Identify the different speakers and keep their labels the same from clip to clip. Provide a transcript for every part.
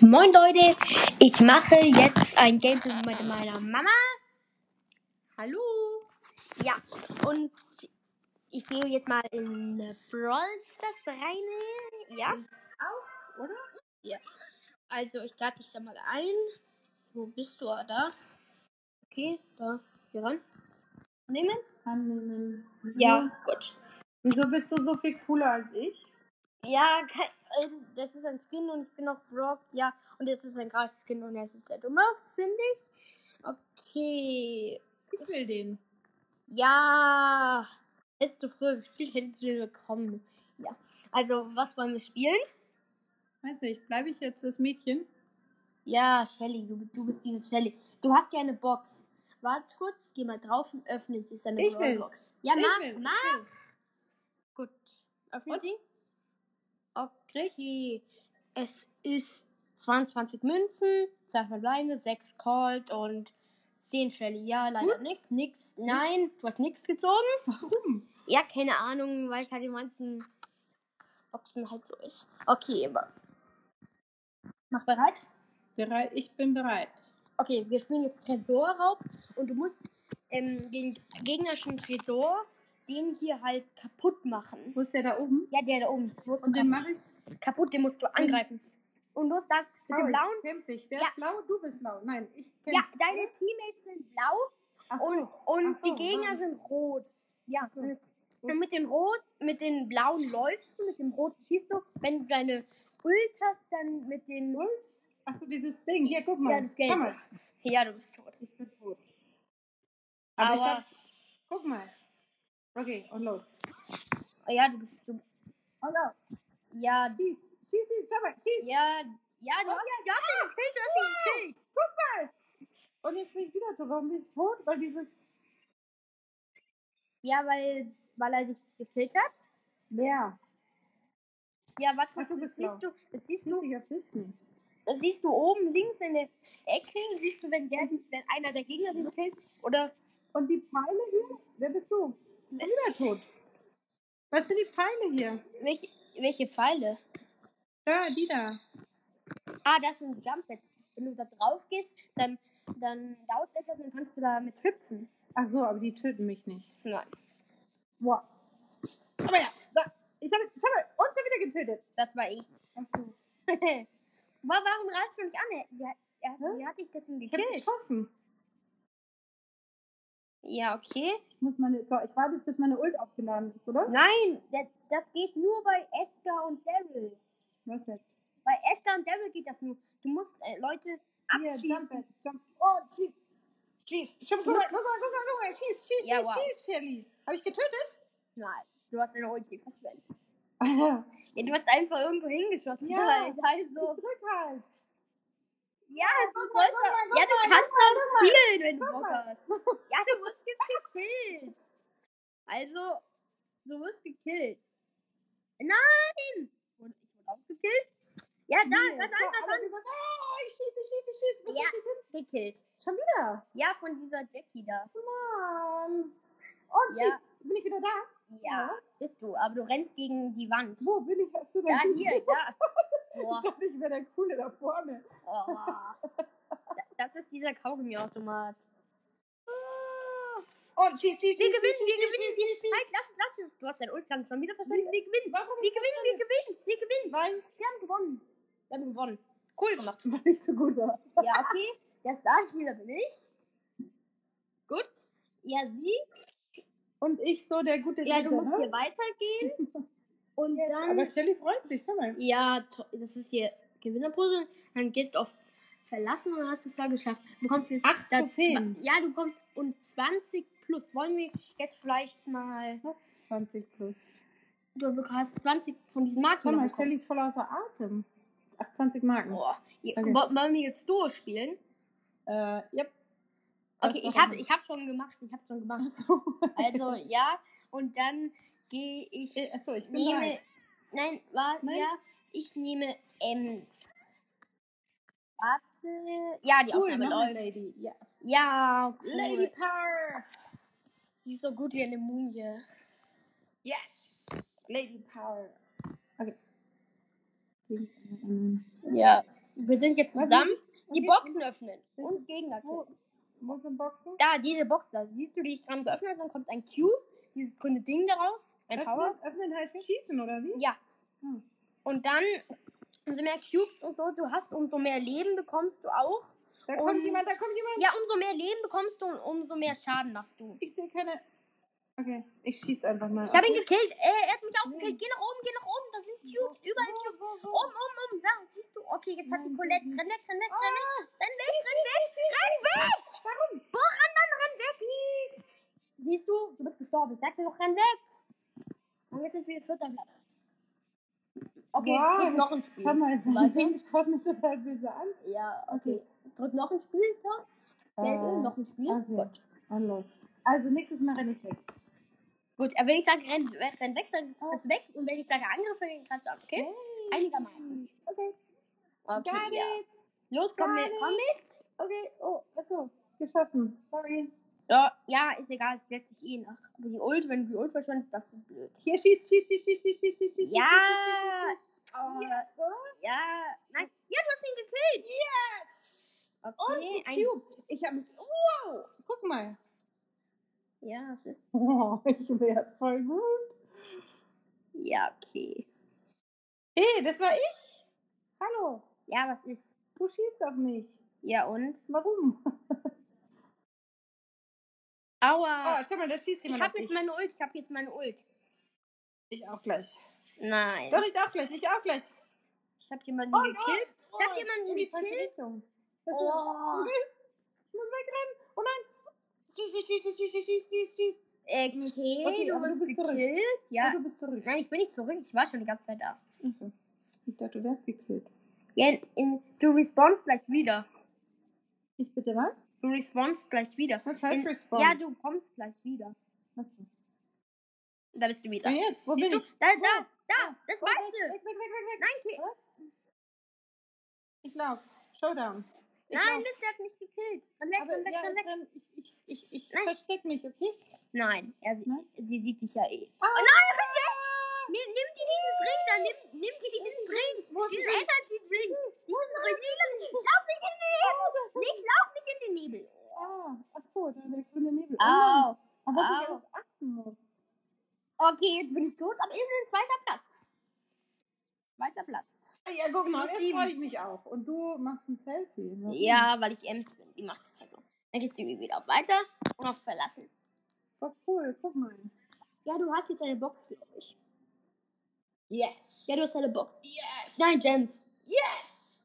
Speaker 1: Moin Leute, ich mache jetzt ein Gameplay mit meiner Mama. Hallo. Ja, und ich gehe jetzt mal in Brawl Stars rein. Ja. Auch, oder? Ja. Also, ich lade dich da mal ein. Wo bist du? Ah, Da. Okay, da. Hier ran. Nehmen?
Speaker 2: annehmen.
Speaker 1: Ja, gut.
Speaker 2: Wieso bist du so viel cooler als ich?
Speaker 1: Ja, ke- also, das ist ein Skin und ich bin auch Brock, ja. Und das ist ein krasses Skin und er sieht sehr dumm aus, finde ich. Okay.
Speaker 2: Ich will den.
Speaker 1: Ja. Hättest du früher gespielt, hättest du den bekommen. Ja. Also, was wollen wir spielen?
Speaker 2: Weiß nicht, bleibe ich jetzt das Mädchen?
Speaker 1: Ja, Shelly, du, du bist dieses Shelly. Du hast ja eine Box. Warte kurz, geh mal drauf und öffne sie. Ist eine
Speaker 2: Ich
Speaker 1: blaue
Speaker 2: will.
Speaker 1: Box. Ja,
Speaker 2: Ich
Speaker 1: mach,
Speaker 2: will, ich
Speaker 1: mach.
Speaker 2: will.
Speaker 1: Gut. Öffne
Speaker 2: Und?
Speaker 1: sie. Okay. Es ist 22 Münzen, 2 verbleibende, 6 Cold und 10 Shelly. Ja, leider nix. Nix. Nein, du hast nichts gezogen.
Speaker 2: Warum?
Speaker 1: Ja, keine Ahnung, weil es halt die meisten Boxen halt so ist. Okay, aber. Mach bereit?
Speaker 2: Bereit, ich bin bereit.
Speaker 1: Okay, wir spielen jetzt Tresorraub und du musst ähm, den gegnerischen Tresor, den hier halt kaputt machen.
Speaker 2: Wo ist der da oben?
Speaker 1: Ja, der da oben. Den Musst du
Speaker 2: Und den
Speaker 1: kaputt,
Speaker 2: mache ich.
Speaker 1: kaputt, den musst du angreifen. Und los, da mit dem
Speaker 2: Traurig,
Speaker 1: blauen.
Speaker 2: Kämpf Ah, ich. Wer
Speaker 1: Ja.
Speaker 2: ist blau? Du bist blau. Nein, ich kämpfe.
Speaker 1: Ja, deine Teammates sind blau
Speaker 2: Ach so.
Speaker 1: und, und
Speaker 2: Ach so,
Speaker 1: die Gegner
Speaker 2: ah.
Speaker 1: sind rot. Ja.
Speaker 2: so.
Speaker 1: Und mit den rot, mit den blauen läufst du, mit dem roten schießt du. Wenn du deine Ult hast, dann mit den.
Speaker 2: Ach so, dieses Ding. Hier, guck mal.
Speaker 1: Ja, das Gelbe.
Speaker 2: Schau mal.
Speaker 1: Ja, du bist tot.
Speaker 2: Ich bin tot. Aber,
Speaker 1: Aber,
Speaker 2: ich hab, guck mal. Okay, und los.
Speaker 1: ja, du bist du.
Speaker 2: Und los.
Speaker 1: Ja,
Speaker 2: Schieß, schieß, schieß, schau mal, schieß.
Speaker 1: Ja, Oh ja, du hast, du hast ihn gekillt, du hast ihn gekillt.
Speaker 2: Und jetzt bin ich wieder tot. Warum bin ich tot? Weil dieses...
Speaker 1: Ja, weil, weil er dich gekillt hat.
Speaker 2: Wer?
Speaker 1: Ja, warte
Speaker 2: Ach,
Speaker 1: kurz,
Speaker 2: du
Speaker 1: das
Speaker 2: bist
Speaker 1: siehst du, das siehst du,
Speaker 2: Ich hab das nicht.
Speaker 1: das siehst du oben links in der Ecke, siehst du, wenn der, wenn einer der Gegner dich killt, oder,
Speaker 2: Und die Pfeile hier? Wer bist du? Ich bin wieder tot. Was sind die Pfeile hier?
Speaker 1: welche, welche Pfeile?
Speaker 2: Da, die da.
Speaker 1: Ah, das sind Jumpets. Wenn du da drauf gehst, dann, dann dauert etwas und dann kannst du damit hüpfen.
Speaker 2: Ach so, aber die töten mich nicht.
Speaker 1: Nein.
Speaker 2: Boah. Aber ja, da. ich habe ich hab uns ja wieder getötet.
Speaker 1: Das war ich.
Speaker 2: Ach so.
Speaker 1: Wa- Warum reist du nicht an? Sie hat, er,
Speaker 2: Hä?
Speaker 1: sie hat dich deswegen
Speaker 2: Ich habe
Speaker 1: gekillt.
Speaker 2: geschossen.
Speaker 1: Ja, okay.
Speaker 2: Ich, muss meine, so, ich warte jetzt, bis meine Ult aufgeladen ist, oder?
Speaker 1: Nein, das, das geht nur bei Edgar und Daryl.
Speaker 2: Was jetzt?
Speaker 1: Bei Edgar und Daryl geht das nur. Du musst äh, Leute
Speaker 2: Hier, jump,
Speaker 1: abschießen.
Speaker 2: jump. Oh, schieß. Schieß. Ich hab, guck, mal,
Speaker 1: musst-
Speaker 2: guck mal, guck mal, guck mal. Schieß, schieß,
Speaker 1: Ja,
Speaker 2: schieß,
Speaker 1: wow.
Speaker 2: schieß, Shelly. Habe ich getötet?
Speaker 1: Nein, du hast eine Ulti verschwendet.
Speaker 2: Alter.
Speaker 1: Ja, du hast einfach irgendwo hingeschossen.
Speaker 2: Ja.
Speaker 1: Halt,
Speaker 2: Ich
Speaker 1: also.
Speaker 2: drück halt. Oh,
Speaker 1: Ja, du
Speaker 2: guck mal,
Speaker 1: sollst
Speaker 2: guck mal,
Speaker 1: auch, Ja, du
Speaker 2: guck mal,
Speaker 1: kannst auch zielen, wenn du
Speaker 2: guck
Speaker 1: Bock
Speaker 2: mal.
Speaker 1: hast. Ja, du wurdest jetzt gekillt. Also, du wurdest gekillt. Nein! Und ich wurde auch gekillt. Ja, da,
Speaker 2: Nee.
Speaker 1: da, da,
Speaker 2: So,
Speaker 1: da,
Speaker 2: aber die sagt, Oh, ich schieße, ich schieße, ich schieße. Wo
Speaker 1: Ja.
Speaker 2: sind die hin?
Speaker 1: da. Gekillt.
Speaker 2: Schon wieder.
Speaker 1: Ja, von dieser Jackie da.
Speaker 2: Mann. Und
Speaker 1: Ja.
Speaker 2: sie, bin ich wieder da?
Speaker 1: Ja, bist du. Aber du rennst gegen die Wand.
Speaker 2: Wo bin ich? Hast du
Speaker 1: Da,
Speaker 2: denn-
Speaker 1: hier, da. Boah.
Speaker 2: Ich dachte, ich wäre der Coole da vorne.
Speaker 1: Oh. Da- Das ist dieser Kaugummi-Automat.
Speaker 2: Und schieß, schieß,
Speaker 1: Wir gewinnen,
Speaker 2: schieß, schieß,
Speaker 1: wir
Speaker 2: schieß,
Speaker 1: gewinnen.
Speaker 2: schieß, schieß,
Speaker 1: Halt, lass es, lass es. Du hast dein Ultran schon wieder verschwendet. Wir gewinnen.
Speaker 2: Warum
Speaker 1: Wir gewinnen, wir gewinnen, wir gewinnen.
Speaker 2: Weil,
Speaker 1: Wir haben gewonnen. Wir haben gewonnen. Cool gemacht.
Speaker 2: weil ich so gut war.
Speaker 1: Ja, okay. Der Starspieler bin ich. Gut. Ja, sie.
Speaker 2: Und ich so der gute
Speaker 1: Ja, du
Speaker 2: Ritter,
Speaker 1: musst
Speaker 2: ne?
Speaker 1: hier weitergehen. Und
Speaker 2: Aber
Speaker 1: dann.
Speaker 2: Shelly freut sich, schau mal.
Speaker 1: Ja, to- das ist hier Gewinnerpuzzle. Dann gehst du auf Verlassen und dann hast du es da geschafft. Du bekommst jetzt
Speaker 2: Acht
Speaker 1: da
Speaker 2: Trophäen.
Speaker 1: zwa- Ja, du bekommst und 20 plus. Wollen wir jetzt vielleicht mal.
Speaker 2: Was? 20 plus.
Speaker 1: Du bek- hast 20 von diesen
Speaker 2: Schau
Speaker 1: Marken.
Speaker 2: mal,
Speaker 1: bekommen.
Speaker 2: Shelly ist voll außer Atem. Ach, 20 Marken.
Speaker 1: Boah. Ja,
Speaker 2: Okay.
Speaker 1: wo- Wollen wir jetzt durchspielen?
Speaker 2: Äh, yep. Das
Speaker 1: Okay,
Speaker 2: war
Speaker 1: ich habe
Speaker 2: gut.
Speaker 1: ich hab schon gemacht. Ich habe schon gemacht. Also, ja. Und dann gehe ich.
Speaker 2: Äh, Achso, ich bin
Speaker 1: nehme.
Speaker 2: bereit.
Speaker 1: Nein, war
Speaker 2: Nein?
Speaker 1: ja. Ich nehme Ems. Warte. Ja, die Aufnahme
Speaker 2: noch eine
Speaker 1: läuft.
Speaker 2: Lady. Yes.
Speaker 1: Ja, cool.
Speaker 2: Lady Power.
Speaker 1: Die ist so gut wie eine Mumie.
Speaker 2: Yes. Lady Power. Okay.
Speaker 1: Ja. Wir sind Oh. jetzt
Speaker 2: Was
Speaker 1: zusammen.
Speaker 2: muss ich-
Speaker 1: Die
Speaker 2: okay.
Speaker 1: Boxen öffnen.
Speaker 2: Wo-
Speaker 1: Und Gegner
Speaker 2: Wo?
Speaker 1: killen.
Speaker 2: Muss man boxen?
Speaker 1: Da, diese Box da. Siehst du, die ich gerade geöffnet habe? Dann kommt ein Q. Dieses grüne Ding daraus. Ein Power.
Speaker 2: Öffnen, öffnen heißt schießen, oder wie?
Speaker 1: Ja.
Speaker 2: Hm.
Speaker 1: Und dann, umso mehr Cubes und so du hast, umso mehr Leben bekommst du auch.
Speaker 2: Da kommt
Speaker 1: Und-
Speaker 2: jemand, da kommt jemand.
Speaker 1: Ja, umso mehr Leben bekommst du und umso mehr Schaden machst du.
Speaker 2: Ich sehe keine. Okay, ich schieß einfach mal.
Speaker 1: Ich habe ihn gekillt. Äh, er hat mich auch gekillt. Geh nach oben, geh nach oben. Da sind Cubes. Überall Cubes. Oben, oben, oben. Da, siehst du? Okay, jetzt hat die Colette. Renn weg, renn weg,
Speaker 2: Ah,
Speaker 1: renn weg. Renn weg, renn weg. Renn weg.
Speaker 2: Warum?
Speaker 1: Boah, renn dann, renn weg. Siehst du? Du bist gestorben. Ich sagte doch, renn weg. Und jetzt sind wir vierter Platz. Okay,
Speaker 2: Wow.
Speaker 1: drück noch ein
Speaker 2: Ich habe
Speaker 1: Spiel.
Speaker 2: mal dein
Speaker 1: Warte.
Speaker 2: Ding, ich schaut mir total böse an.
Speaker 1: Ja, okay. Drück noch ein Spiel. Ja. Dasselbe,
Speaker 2: Äh,
Speaker 1: noch ein Spiel.
Speaker 2: Okay,
Speaker 1: Gut.
Speaker 2: dann los. Also, nächstes Mal renne ich weg.
Speaker 1: Gut, aber wenn ich sage, renn, renn weg, dann
Speaker 2: Ah.
Speaker 1: ist weg. Und wenn ich sage, Angriff, dann greifst du an, okay? Einigermaßen.
Speaker 2: Okay,
Speaker 1: Okay,
Speaker 2: got
Speaker 1: ja.
Speaker 2: it.
Speaker 1: Los, komm
Speaker 2: Gar
Speaker 1: mit, komm mit.
Speaker 2: Okay, oh, achso, geschossen. Sorry.
Speaker 1: Ja, ja, ist egal, es setzt sich eh nach. Aber die Ult, wenn du die Ult verschwendest, das ist blöd.
Speaker 2: Hier, schieß, schieß, schieß, schieß, schieß, schieß, schieß. schieß,
Speaker 1: Ja,
Speaker 2: schieß, schieß.
Speaker 1: aber-
Speaker 2: Ja, so.
Speaker 1: ja, nein. Ja, du hast ihn gekillt. Yes. Okay,
Speaker 2: Und
Speaker 1: ein,
Speaker 2: Cube. Ich habe. Wow, guck mal.
Speaker 1: ja, es ist,
Speaker 2: Oh, ich wäre voll gut.
Speaker 1: ja, okay.
Speaker 2: Hey, das war ich. Hallo,
Speaker 1: Ja, was ist?
Speaker 2: du schießt auf mich.
Speaker 1: Ja, und?
Speaker 2: Warum?
Speaker 1: Aua.
Speaker 2: Oh, schau mal, da schießt
Speaker 1: Ah. ich
Speaker 2: jemand
Speaker 1: hab
Speaker 2: auf
Speaker 1: jetzt
Speaker 2: dich.
Speaker 1: meine Ult, ich hab jetzt meine Ult.
Speaker 2: Ich auch gleich.
Speaker 1: Nein.
Speaker 2: Doch, ich auch gleich, ich auch gleich.
Speaker 1: Ich hab jemanden
Speaker 2: Oh,
Speaker 1: gekillt.
Speaker 2: Oh,
Speaker 1: Ich hab jemanden
Speaker 2: in die falsche
Speaker 1: gekillt.
Speaker 2: Richtung.
Speaker 1: Oh.
Speaker 2: Ich muss wegrennen. Oh nein. Schieß, schieß, schieß, schieß, schieß, schieß, schieß, schieß.
Speaker 1: Okay,
Speaker 2: Okay,
Speaker 1: du
Speaker 2: aber
Speaker 1: wurdest
Speaker 2: du bist zurück.
Speaker 1: gekillt. Ja.
Speaker 2: Oh, du bist zurück.
Speaker 1: Nein, ich bin nicht zurück, ich war schon die ganze Zeit da.
Speaker 2: Okay. Ich dachte, du wärst gekillt.
Speaker 1: Ja, in, in, du respawnst gleich wieder.
Speaker 2: Ich bitte was?
Speaker 1: Du respawnst gleich wieder.
Speaker 2: Was heißt
Speaker 1: In-
Speaker 2: respawn?
Speaker 1: Ja, du kommst gleich wieder.
Speaker 2: Okay.
Speaker 1: Da bist du wieder.
Speaker 2: Na jetzt, wo
Speaker 1: Siehst
Speaker 2: bin
Speaker 1: du?
Speaker 2: ich?
Speaker 1: Da, da, da, das
Speaker 2: Oh,
Speaker 1: weißt
Speaker 2: weg,
Speaker 1: du.
Speaker 2: Weg, weg, weg, weg, weg.
Speaker 1: Nein, ki-
Speaker 2: Ich lauf. Showdown. Ich
Speaker 1: nein,
Speaker 2: lauf.
Speaker 1: Mist, der hat mich gekillt. Renn weg,
Speaker 2: Aber,
Speaker 1: renn weg,
Speaker 2: ja,
Speaker 1: renn
Speaker 2: ich
Speaker 1: weg.
Speaker 2: renn- Ich, ich, ich, ich
Speaker 1: Nein.
Speaker 2: versteck mich, okay?
Speaker 1: Nein, er, sie,
Speaker 2: Nein?
Speaker 1: sie sieht dich ja eh.
Speaker 2: Ah.
Speaker 1: Oh nein, renn weg! Nimm, nimm dir diesen Drink da, nimm, nimm dir diesen Drink.
Speaker 2: Wo ist
Speaker 1: Diesen
Speaker 2: die-
Speaker 1: Energy Drink. Diesen Drink. Diesen- Lauf nicht in den Nebel. Nicht, lauf nicht in den Nebel.
Speaker 2: Ah, ach so, da der grüne Nebel.
Speaker 1: Au.
Speaker 2: Oh. Aber was ich
Speaker 1: Au.
Speaker 2: alles achten muss.
Speaker 1: Okay, jetzt bin ich tot, aber immerhin zweiter Platz. Zweiter Platz.
Speaker 2: Ah, Ja, guck mal,
Speaker 1: Plus
Speaker 2: jetzt
Speaker 1: sieben.
Speaker 2: freue ich mich auch. Und du machst ein Selfie. Warum?
Speaker 1: Ja, weil ich Ems bin. Die macht es halt so. Dann gehst du wieder auf weiter und auf verlassen.
Speaker 2: Voll cool, guck mal.
Speaker 1: Ja, du hast jetzt eine Box, glaube ich.
Speaker 2: Yes.
Speaker 1: Ja, du hast eine Box.
Speaker 2: Yes.
Speaker 1: Nein, Gems.
Speaker 2: Yes.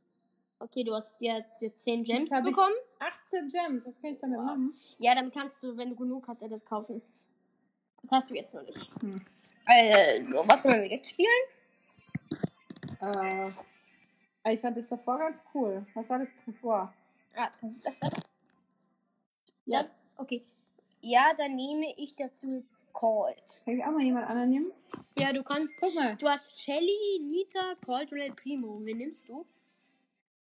Speaker 1: Okay, du hast jetzt, jetzt 10 Gems
Speaker 2: hab ich-
Speaker 1: bekommen.
Speaker 2: 18 Gems, was kann ich damit
Speaker 1: Wow.
Speaker 2: machen?
Speaker 1: Ja, dann kannst du, wenn du genug hast, etwas kaufen. Das hast du jetzt noch nicht.
Speaker 2: Hm.
Speaker 1: Also, was wollen wir jetzt spielen?
Speaker 2: Äh, aber ich fand das davor ganz cool. Was war das davor?
Speaker 1: Ah, das, das, das, das. Okay. Ja, dann nehme ich dazu jetzt Cold.
Speaker 2: Kann ich auch mal jemand anderen nehmen?
Speaker 1: Ja, du kannst
Speaker 2: Guck mal.
Speaker 1: Du hast Shelly, Nita, Colt und El Primo. Wen nimmst du?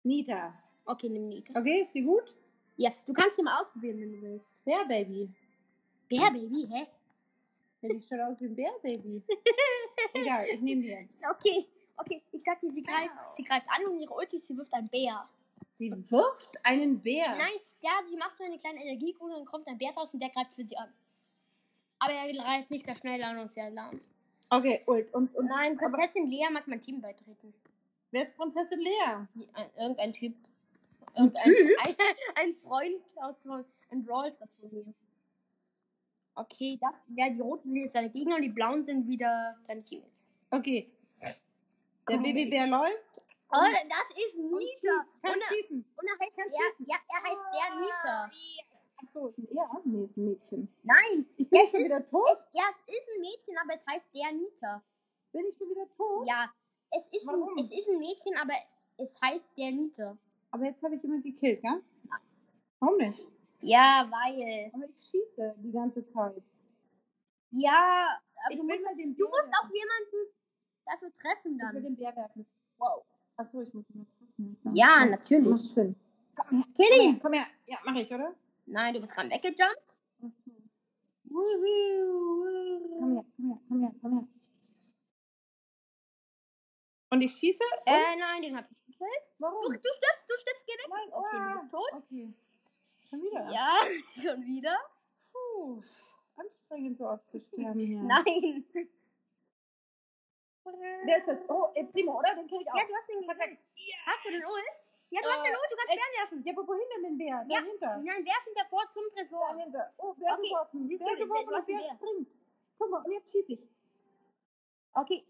Speaker 2: Nita.
Speaker 1: Okay, nimm Nita.
Speaker 2: Okay, ist sie gut?
Speaker 1: Ja, du kannst sie mal ausprobieren, wenn du willst.
Speaker 2: Bär Baby.
Speaker 1: Bär, Baby, hä?
Speaker 2: Der sieht schon aus wie ein Bär Baby. Egal, ich nehme die jetzt.
Speaker 1: Okay, okay. Ich sag dir, sie greift, sie greift an und ihre Ulti, sie wirft einen Bär.
Speaker 2: Sie wirft einen Bär.
Speaker 1: Nein, ja, sie macht so eine kleine Energiekugel und kommt ein Bär raus und der greift für sie an. Aber er greift nicht sehr schnell an und sehr lahm.
Speaker 2: Okay, und, und, und
Speaker 1: Nein, Prinzessin Lea mag mein Team beitreten.
Speaker 2: wer ist Prinzessin Lea?
Speaker 1: Die- ein- Irgendein Typ. Mhm. Irgendein ein, ein Freund aus von- ein Brawl das von mir. Okay, das, ja, die roten sind jetzt deine Gegner und die blauen sind wieder deine Teammates.
Speaker 2: Okay. Der
Speaker 1: Komm
Speaker 2: Babybär
Speaker 1: mit.
Speaker 2: läuft.
Speaker 1: Oh, das ist
Speaker 2: und
Speaker 1: Nita.
Speaker 2: schießt. Kann
Speaker 1: Und, er-
Speaker 2: schießen.
Speaker 1: und er heißt
Speaker 2: Kann
Speaker 1: er, ja, er heißt der Nita.
Speaker 2: Achso, ist ein Eher? Nee, ist ein Mädchen.
Speaker 1: Nein,
Speaker 2: Ich bin
Speaker 1: Es
Speaker 2: schon
Speaker 1: ist-
Speaker 2: wieder tot?
Speaker 1: es, ja, es ist ein Mädchen, aber es heißt der Nita.
Speaker 2: Bin ich schon wieder tot?
Speaker 1: Ja, es ist, ein,
Speaker 2: Warum?
Speaker 1: es ist ein Mädchen, aber es heißt der Nita.
Speaker 2: Aber jetzt habe ich jemanden gekillt, gell? Warum nicht?
Speaker 1: Ja, weil.
Speaker 2: Aber ich schieße die ganze Zeit.
Speaker 1: Ja, aber du
Speaker 2: will
Speaker 1: musst,
Speaker 2: mal den
Speaker 1: du
Speaker 2: Bär
Speaker 1: musst auch
Speaker 2: werfen.
Speaker 1: jemanden dafür treffen
Speaker 2: Ich will
Speaker 1: dann.
Speaker 2: den Bär werfen. Wow. Achso, ich muss ihn noch treffen.
Speaker 1: Ja,
Speaker 2: Macht
Speaker 1: natürlich.
Speaker 2: Sinn. Komm her,
Speaker 1: Kill
Speaker 2: komm
Speaker 1: ihn!
Speaker 2: her, komm her. Ja, mach ich, oder?
Speaker 1: Nein, du bist gerade weggejumpt.
Speaker 2: Komm her, komm her, komm her, komm her. Und ich schieße?
Speaker 1: Äh, nein, den hab ich gekillt. fällt. Du,
Speaker 2: Warum?
Speaker 1: du stirbst, du stirbst, geh weg.
Speaker 2: Nein,
Speaker 1: Okay,
Speaker 2: ah,
Speaker 1: du bist tot.
Speaker 2: Okay. Schon wieder.
Speaker 1: Ja, schon wieder.
Speaker 2: Puh, anstrengend so oft zu sterben hier.
Speaker 1: Nein.
Speaker 2: Der ist das. Oh, ey, Primo, oder? Den kenne ich auch.
Speaker 1: Ja, du hast den
Speaker 2: Zack, zack.
Speaker 1: gekriegt. Hast du den Ult? Ja, du hast
Speaker 2: Äh,
Speaker 1: den Ult, du kannst
Speaker 2: äh,
Speaker 1: fernwerfen.
Speaker 2: Ja, aber wohin denn den Bär?
Speaker 1: Ja.
Speaker 2: Dahinter.
Speaker 1: Nein, werfen davor zum Tresor.
Speaker 2: Dahinter. Oh, Bär
Speaker 1: Okay,
Speaker 2: geworfen.
Speaker 1: siehst
Speaker 2: Bär
Speaker 1: du,
Speaker 2: geworfen
Speaker 1: du hast
Speaker 2: und Bär
Speaker 1: einen Bär.
Speaker 2: springt. Guck mal, und jetzt schieße ich.
Speaker 1: Okay.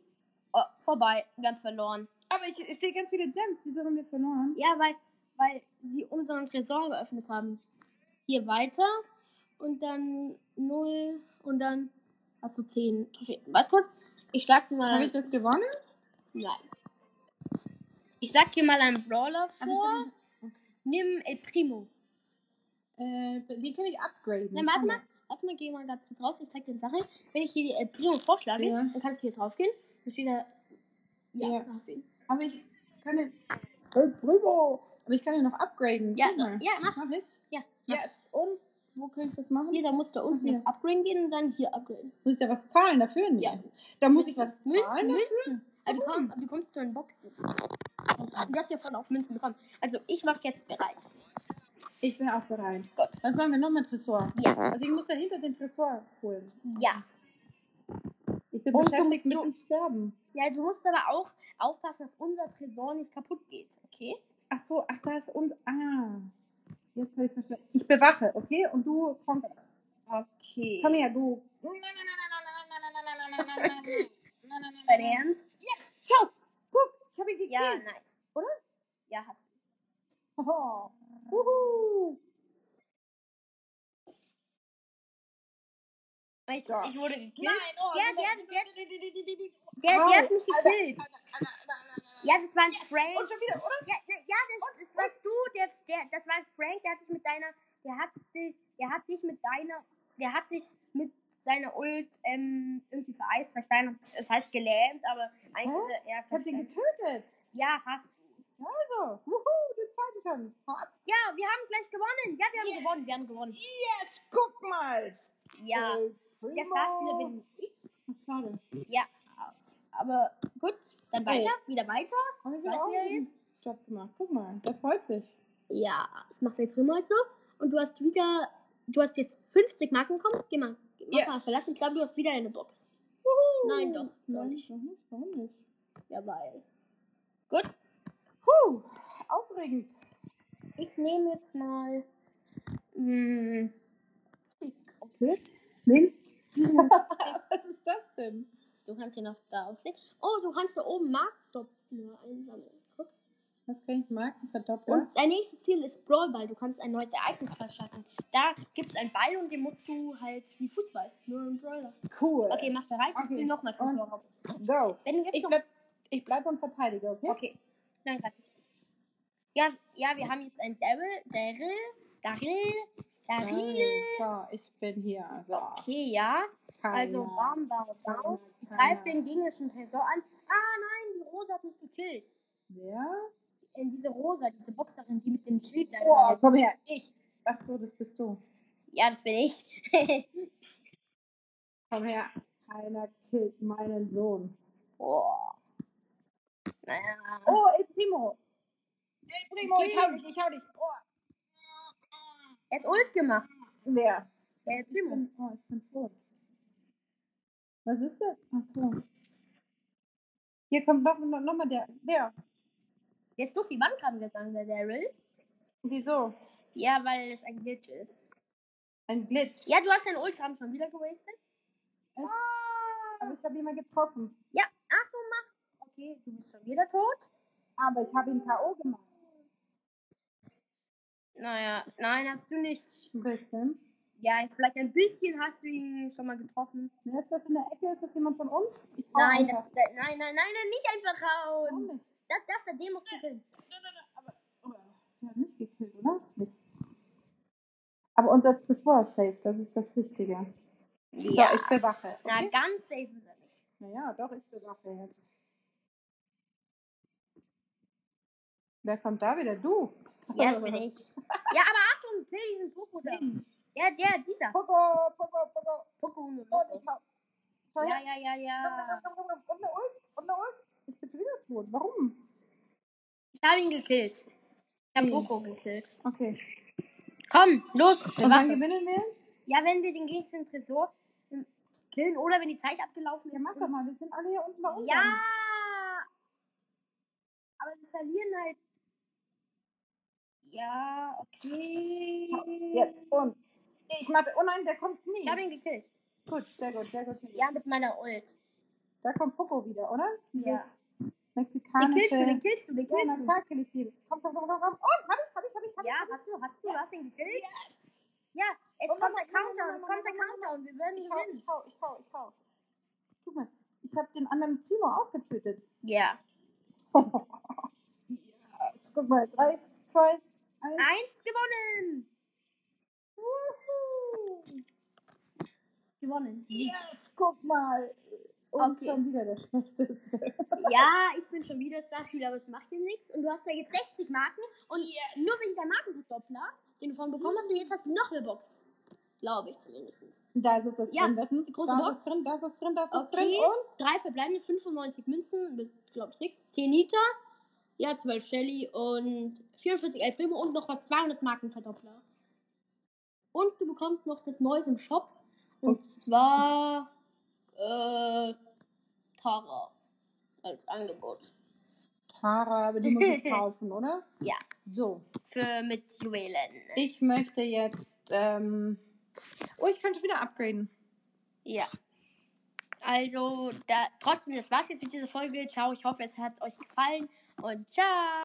Speaker 1: Oh, vorbei. Wir haben verloren.
Speaker 2: Aber ich, ich sehe ganz viele Gems. Wieso haben wir verloren?
Speaker 1: Ja, weil, weil sie unseren Tresor geöffnet haben. Hier weiter und dann 0 und dann hast du 10 Trophäen. Was kurz? Ich schlag dir mal.
Speaker 2: Habe ich das gewonnen?
Speaker 1: Nein. Ich sag dir mal einen Brawler
Speaker 2: Aber ich
Speaker 1: vor.
Speaker 2: hab-
Speaker 1: Nimm El Primo.
Speaker 2: Äh, den kann ich upgraden.
Speaker 1: Nein, warte
Speaker 2: Schau
Speaker 1: mal. Warte mal, geh mal ganz kurz raus. Ich zeig dir eine Sache. Wenn ich hier die El Primo vorschlage,
Speaker 2: Ja.
Speaker 1: dann kannst du hier drauf gehen. Dann steht da. Ja,
Speaker 2: Ja.
Speaker 1: da hast du ihn.
Speaker 2: Aber ich kann den. Oh, Primo! Aber ich kann den noch upgraden.
Speaker 1: Ja,
Speaker 2: Guck mal.
Speaker 1: ja, mach.
Speaker 2: Mach ich?
Speaker 1: Ja, mach.
Speaker 2: Yes. Und wo kann ich das machen?
Speaker 1: Hier, da musst du unten
Speaker 2: hier.
Speaker 1: auf Upgrade gehen und dann hier upgraden.
Speaker 2: Muss ich da was zahlen dafür? Nee.
Speaker 1: Ja.
Speaker 2: Da muss ich was
Speaker 1: Münzen,
Speaker 2: zahlen? Oh.
Speaker 1: Münzen. Ah, Aber du, komm, aber du kommst zu einem Boxen. Du hast ja vorhin auf Münzen bekommen. Also, ich mach jetzt bereit.
Speaker 2: Ich bin auch bereit.
Speaker 1: Gut.
Speaker 2: Was machen wir noch mit Tresor?
Speaker 1: Ja.
Speaker 2: Also ich muss dahinter den Tresor holen.
Speaker 1: Ja.
Speaker 2: Ich bin
Speaker 1: Und du musst
Speaker 2: beschäftigt mit
Speaker 1: du-
Speaker 2: dem Sterben.
Speaker 1: Ja, du musst aber auch aufpassen, dass unser Tresor nicht kaputt geht. Okay?
Speaker 2: Ach so, ach da ist und ah. Jetzt habe ich verstanden. Ich bewache, okay? Und du komm,
Speaker 1: Okay.
Speaker 2: komm her, du.
Speaker 1: Dein Ernst?
Speaker 2: Schau, guck, ich habe ihn gekillt.
Speaker 1: Ja, nice.
Speaker 2: Oder?
Speaker 1: Ja, hast du.
Speaker 2: Oh. Wuhu.
Speaker 1: Ich,
Speaker 2: Ja.
Speaker 1: ich wurde gekillt.
Speaker 2: Nein, oh,
Speaker 1: Ja,
Speaker 2: nein,
Speaker 1: der-
Speaker 2: nein,
Speaker 1: der-
Speaker 2: nein, nein, nein, nein, nein, nein.
Speaker 1: Der,
Speaker 2: Wow.
Speaker 1: der hat mich gekillt. Ja, das war ein
Speaker 2: Und
Speaker 1: Frank.
Speaker 2: schon wieder, oder?
Speaker 1: Ja, ja, ja, das, das warst du. Der, der, das war ein Frank, der hat dich mit deiner. Der hat dich. Der hat dich mit deiner. Der hat dich mit seiner Ult ähm, irgendwie vereist, versteinert. Das heißt gelähmt, aber eigentlich ist er eher
Speaker 2: Ich habe
Speaker 1: versteinert.
Speaker 2: ihn getötet.
Speaker 1: Ja, hast du.
Speaker 2: Also, wuhu, den zweiten schon. Hau ab.
Speaker 1: Ja, wir haben gleich gewonnen. Ja, wir haben gewonnen. Wir haben gewonnen.
Speaker 2: Yes, guck mal.
Speaker 1: Ja.
Speaker 2: El
Speaker 1: Der
Speaker 2: Primo.
Speaker 1: Starspieler bin ich.
Speaker 2: Schade.
Speaker 1: Ja. Aber gut, dann
Speaker 2: Ey.
Speaker 1: weiter. Wieder weiter.
Speaker 2: Aber
Speaker 1: Das
Speaker 2: ich habe
Speaker 1: weiß
Speaker 2: auch
Speaker 1: ich ja
Speaker 2: einen guten Job gemacht. Guck mal, der freut sich.
Speaker 1: Ja, das macht dein Primo halt so. Und du hast wieder, du hast jetzt 50 Marken bekommen. Geh mal, mach
Speaker 2: Ja.
Speaker 1: mal verlassen. Ich glaube, du hast wieder deine Box. Nein, doch, doch
Speaker 2: Nein,
Speaker 1: nicht.
Speaker 2: doch nicht. Warum nicht?
Speaker 1: Ja, weil. Gut.
Speaker 2: Puh, aufregend.
Speaker 1: Ich nehme jetzt mal. Mm,
Speaker 2: Okay. Wen? Was ist das denn?
Speaker 1: du kannst hier noch da aufsehen. Oh, so kannst du oben Marktdoppler einsammeln. Guck.
Speaker 2: Was kann ich Marken verdoppeln?
Speaker 1: Und dein nächstes Ziel ist Brawlball. Du kannst ein neues Ereignis verschaffen. Da gibt es einen Ball und den musst du halt wie Fußball. Nur im Brawler.
Speaker 2: Cool.
Speaker 1: Okay, mach bereit.
Speaker 2: Okay.
Speaker 1: Ich will nochmal
Speaker 2: Und-
Speaker 1: Tresor rauf.
Speaker 2: Go.
Speaker 1: Wenn du jetzt
Speaker 2: Ich
Speaker 1: noch
Speaker 2: bleib, ich bleib und verteidige, okay?
Speaker 1: Okay. Nein, warte. Ja, ja, wir haben jetzt ein Daryl, Daryl, Daryl, Daryl.
Speaker 2: So, ich bin hier. So.
Speaker 1: Okay, ja.
Speaker 2: keiner.
Speaker 1: Also, bam, bam, bam. Ich greife den gegnerischen Tresor an. Ah, nein, die Rosa hat mich gekillt.
Speaker 2: Ja?
Speaker 1: Äh, diese Rosa, diese Boxerin, die mit dem Schild da
Speaker 2: Oh,
Speaker 1: gerade-
Speaker 2: komm her. Ich. Ach so, das bist du.
Speaker 1: Ja, das bin ich.
Speaker 2: Komm her. Keiner killt meinen Sohn.
Speaker 1: oh. Naja.
Speaker 2: Oh, El Primo. El Primo, ich hau dich, ich hau dich. Oh.
Speaker 1: Er hat Ult gemacht.
Speaker 2: Wer?
Speaker 1: Der hat Primo.
Speaker 2: Oh, ich bin tot. Was ist das? Ach so. Hier kommt noch, noch, noch mal der. Der.
Speaker 1: Der ist durch die Wand gerade gegangen, der Daryl.
Speaker 2: Wieso?
Speaker 1: Ja, weil das ein Glitch ist.
Speaker 2: Ein Glitch.
Speaker 1: Ja, du hast deinen Ultram schon wieder gewastet.
Speaker 2: Aber ich habe ihn mal getroffen.
Speaker 1: Ja, Achtung, mach. Okay, du bist schon wieder tot.
Speaker 2: Aber ich habe ihn K.O. gemacht.
Speaker 1: Naja, nein, hast du nicht.
Speaker 2: Ein bisschen.
Speaker 1: Ja, vielleicht ein bisschen hast du ihn schon mal getroffen.
Speaker 2: Wer ist das in der Ecke? Ist das jemand von uns? Ich hau
Speaker 1: Nein,
Speaker 2: einfach.
Speaker 1: das, da, nein, nein, nein, nein, nicht einfach
Speaker 2: Warum
Speaker 1: hauen.
Speaker 2: nicht?
Speaker 1: Das, das, da, den musst du killen.
Speaker 2: Oh, Der hat mich gekillt, oder? Mist. Aber unser Tresor ist safe. Das ist das Richtige.
Speaker 1: Ja,
Speaker 2: So, ich bewache.
Speaker 1: na,
Speaker 2: Okay?
Speaker 1: ganz safe ist er nicht.
Speaker 2: Naja, doch, ich bewache jetzt. Wer kommt da wieder? Du.
Speaker 1: Ja, das bin ich. Ja, aber Achtung, kill diesen Poco da.
Speaker 2: Wen?
Speaker 1: Ja, der, dieser.
Speaker 2: Poco, Poco, Poco.
Speaker 1: Poco und
Speaker 2: Und ich
Speaker 1: Loco.
Speaker 2: hau. Schau
Speaker 1: Ja,
Speaker 2: her.
Speaker 1: ja, ja, ja.
Speaker 2: Und eine Ult. Und eine Ult. Ich bin schon wieder tot. Warum?
Speaker 1: Ich habe ihn gekillt. Ich habe Boko gekillt.
Speaker 2: Okay.
Speaker 1: Komm, los.
Speaker 2: Und wann
Speaker 1: Waffe.
Speaker 2: gewinnen wir?
Speaker 1: Ja, wenn wir den Gegner im Tresor ähm, killen oder wenn die Zeit abgelaufen
Speaker 2: Ja,
Speaker 1: ist.
Speaker 2: mach doch mal. Wir sind alle hier unten bei uns.
Speaker 1: Ja! Aber wir verlieren halt. Ja, okay.
Speaker 2: Jetzt. Und. Ich mach. Oh nein, der kommt nie.
Speaker 1: Ich habe ihn gekillt.
Speaker 2: Gut, sehr gut, sehr gut.
Speaker 1: Ja, mit meiner Ult.
Speaker 2: Da kommt Poco wieder, oder?
Speaker 1: Ja. Den
Speaker 2: Dieses Mexikanische.
Speaker 1: killst du, den killst du, den
Speaker 2: ja,
Speaker 1: killst
Speaker 2: na
Speaker 1: du.
Speaker 2: klar kill ich den. Komm, komm, komm, komm, komm. Oh, hab ich, hab ich, hab ich, hab
Speaker 1: Ja,
Speaker 2: ich.
Speaker 1: hast du, hast du, du hast ihn gekillt? Ja, es
Speaker 2: Oh,
Speaker 1: kommt
Speaker 2: Mama,
Speaker 1: der
Speaker 2: Mama,
Speaker 1: Countdown, es
Speaker 2: Mama,
Speaker 1: kommt der
Speaker 2: Mama,
Speaker 1: Countdown. Wir werden
Speaker 2: Ich hau,
Speaker 1: gewinnen.
Speaker 2: ich hau, ich hau, ich hau. Guck mal, ich hab den anderen Timo auch getötet.
Speaker 1: Ja.
Speaker 2: Guck mal, drei, zwei, eins.
Speaker 1: Eins gewonnen. Gewonnen.
Speaker 2: Yes, guck mal. Und
Speaker 1: Okay.
Speaker 2: schon wieder der schlechteste.
Speaker 1: Ja, ich bin schon wieder Starfield, aber es macht dir nichts. Und du hast ja jetzt 60 Marken. Und nur wegen der Markenverdoppler, den du vorhin bekommen hast, und jetzt hast du noch eine Box. Glaube ich zumindest.
Speaker 2: Da ist es das
Speaker 1: Ja,
Speaker 2: drin, wetten.
Speaker 1: die große
Speaker 2: da
Speaker 1: Box.
Speaker 2: ist es drin, da ist es drin, da ist es
Speaker 1: Okay.
Speaker 2: drin. Und
Speaker 1: Drei verbleibende, 95 Münzen, mit, glaube ich, nichts. 10 Nita, ja, 12 Shelly und 44 El Primo und nochmal 200 Markenverdoppler. Und du bekommst noch das Neues im Shop. Und zwar äh, Tara als Angebot.
Speaker 2: Tara, aber die muss ich kaufen, oder?
Speaker 1: Ja.
Speaker 2: So.
Speaker 1: Für mit Juwelen.
Speaker 2: Ich möchte jetzt. Ähm oh, ich kann schon wieder upgraden.
Speaker 1: Ja. Also, da, trotzdem, das war's jetzt mit dieser Folge. Ciao, ich hoffe, es hat euch gefallen und ciao.